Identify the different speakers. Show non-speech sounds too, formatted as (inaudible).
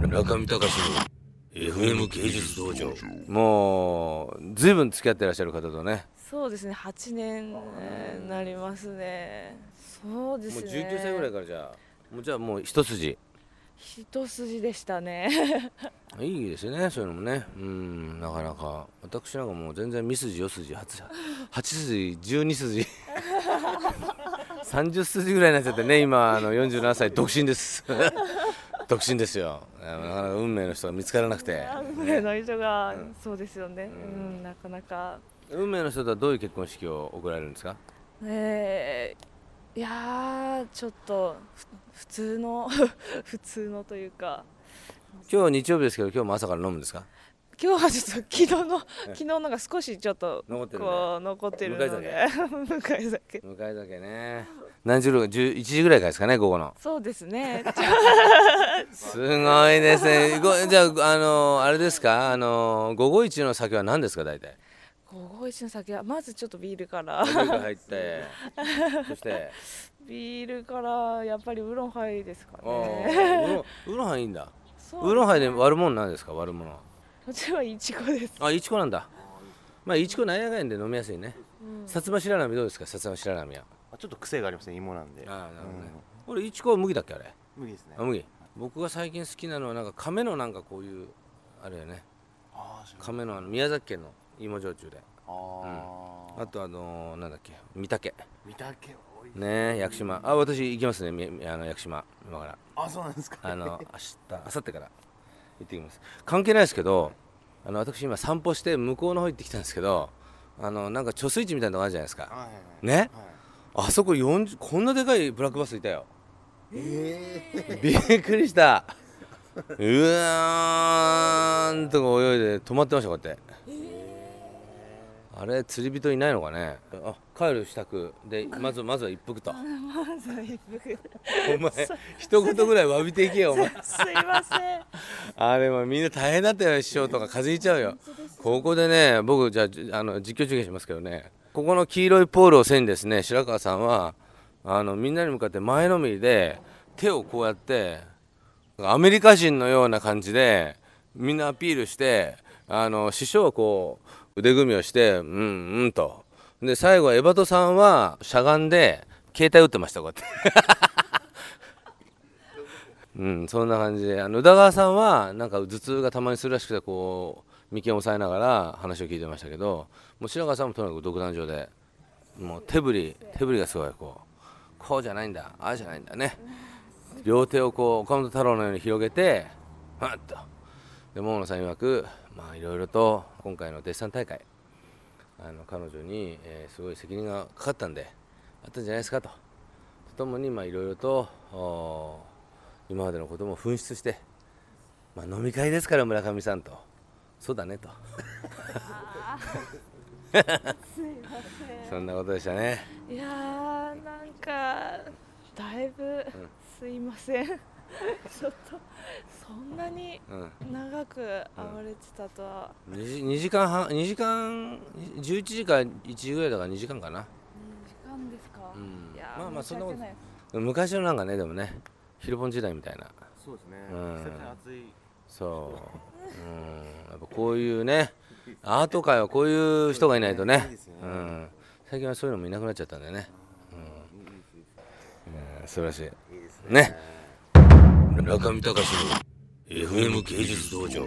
Speaker 1: 村上隆の FM 芸術道場
Speaker 2: もうずいぶん付き合ってらっしゃる方とね
Speaker 3: そうですね8年えーなりますねそうです
Speaker 2: もう
Speaker 3: ね
Speaker 2: 19歳ぐらいからじゃあもうじゃあもう一筋
Speaker 3: 一筋でしたね
Speaker 2: いいですねそういうのもねうんなかなか私なんかもう全然三筋四筋八八筋十二 (laughs) 筋30筋ぐらいになっちゃってね今あの47歳独身です (laughs) 独身ですよなかなか運命の人が見つからなくて
Speaker 3: 運命の人が、そうですよねうん、なかなか
Speaker 2: 運命の人とはどういう結婚式を送られるんですか
Speaker 3: えー、いやーちょっとふ普通の (laughs) 普通のというか
Speaker 2: 今日日曜日ですけど今日も朝から飲むんですか
Speaker 3: 今日はちょっと昨日の昨日のが少しちょっと
Speaker 2: 残ってるね
Speaker 3: こう残ってるので (laughs) 迎え酒
Speaker 2: 向かい酒ね何時ぐらい11時ぐらいからですかね午後の
Speaker 3: そうで
Speaker 2: (laughs)
Speaker 3: すね
Speaker 2: すごいですねごじゃああのあれですかあの午後一の酒は何ですか大体
Speaker 3: 午後一の酒はまずちょっとビールから
Speaker 2: ビールが入ってそして
Speaker 3: ビールからやっぱりウーロンハイですか
Speaker 2: あ
Speaker 3: ね
Speaker 2: ーウーロンウーロンハイいいんだ
Speaker 3: そう
Speaker 2: ウーロンハイで割るものなんですか割るもの
Speaker 3: こっちはイチゴです
Speaker 2: あいちこなんだまあいちこなんやかんやで飲みやすいね、さつま白波どうですかさつま白波は
Speaker 4: ちょっと癖がありますね芋なんで
Speaker 2: ああなるほどね、俺いちこは麦だっけあれ
Speaker 4: うん、無理ですね
Speaker 2: あ麦僕が最近好きなのはなんか亀のなんかこういうあれよね
Speaker 4: あー知らない
Speaker 2: 亀のあの宮崎県の芋焼酎で
Speaker 4: あー、
Speaker 2: あとあのーなんだっけ御嶽
Speaker 4: 見たけ多い
Speaker 2: ねえ屋久島あ私行きますねみみあの屋久島今から
Speaker 4: あそうなんですか
Speaker 2: あ
Speaker 4: (laughs)
Speaker 2: の明日明後日から行ってきます関係ないですけどあの私今散歩して向こうの方行ってきたんですけどあのなんか貯水池みたいなのがあるじゃないですか
Speaker 4: はいはいはい
Speaker 2: ね
Speaker 4: はい
Speaker 2: あそこ40こんなでかいブラックバスいたよ
Speaker 4: ええ
Speaker 2: びっくりしたうわーんとか泳いで止まってましたこうやって、あれ釣り人いないのかねあ帰る支度でまずまずは一服と
Speaker 3: ま
Speaker 2: (laughs)
Speaker 3: ず一服
Speaker 2: お前一言ぐらい詫びていけよお前
Speaker 3: すいません
Speaker 2: あれもみんな大変だったよ師匠とか風邪ひいちゃうよここでね僕じゃあじあの実況中継しますけどねここの黄色いポールを背にですね白川さんはあのみんなに向かって前のめりで手をこうやってアメリカ人のような感じでみんなアピールしてあの師匠はこう腕組みをしてうんうんとで最後はエバトさんはしゃがんで携帯打ってましたこうやって。うん、そんな感じで、あの宇田川さんはなんか頭痛がたまにするらしくて、こう眉間を押さえながら話を聞いてましたけど、もう白川さんもとにかく独壇場で、もう手振り、手振りがすごい、こう、こうじゃないんだ、ああじゃないんだね、両手をこう岡本太郎のように広げて、ふわっと、で桃野さん曰く、まあいろいろと今回のデッサン大会、あの彼女に、えーすごい責任がかかったんで、あったんじゃないですかと。とともにまあいろいろとおー今までのことも紛失して、まあ、飲み会ですから村上さんとそうだねとそんなことでしたね
Speaker 3: いやーなんかだいぶ、すいませんちょっとそんなに
Speaker 2: うん
Speaker 3: 長く暴れてたとは、
Speaker 2: 2時二時間半2時間11時か1時ぐらいだから2時間かな
Speaker 3: 時間ですか、
Speaker 2: ん
Speaker 3: いやー
Speaker 2: まあまあ
Speaker 3: 申し
Speaker 2: そんなこと
Speaker 3: 訳い
Speaker 2: 昔のなんかねでもねヒルポン時代みたいな
Speaker 4: そうですね
Speaker 2: うん
Speaker 4: 久々に暑い
Speaker 2: そううんやっぱこういうねアート界はこういう人がいないとね
Speaker 4: いいですよね
Speaker 2: うん、最近はそういうのもいなくなっちゃったんだよね、うん素晴らしい
Speaker 4: いいですね
Speaker 2: ね
Speaker 1: 村上隆の FM 芸術道場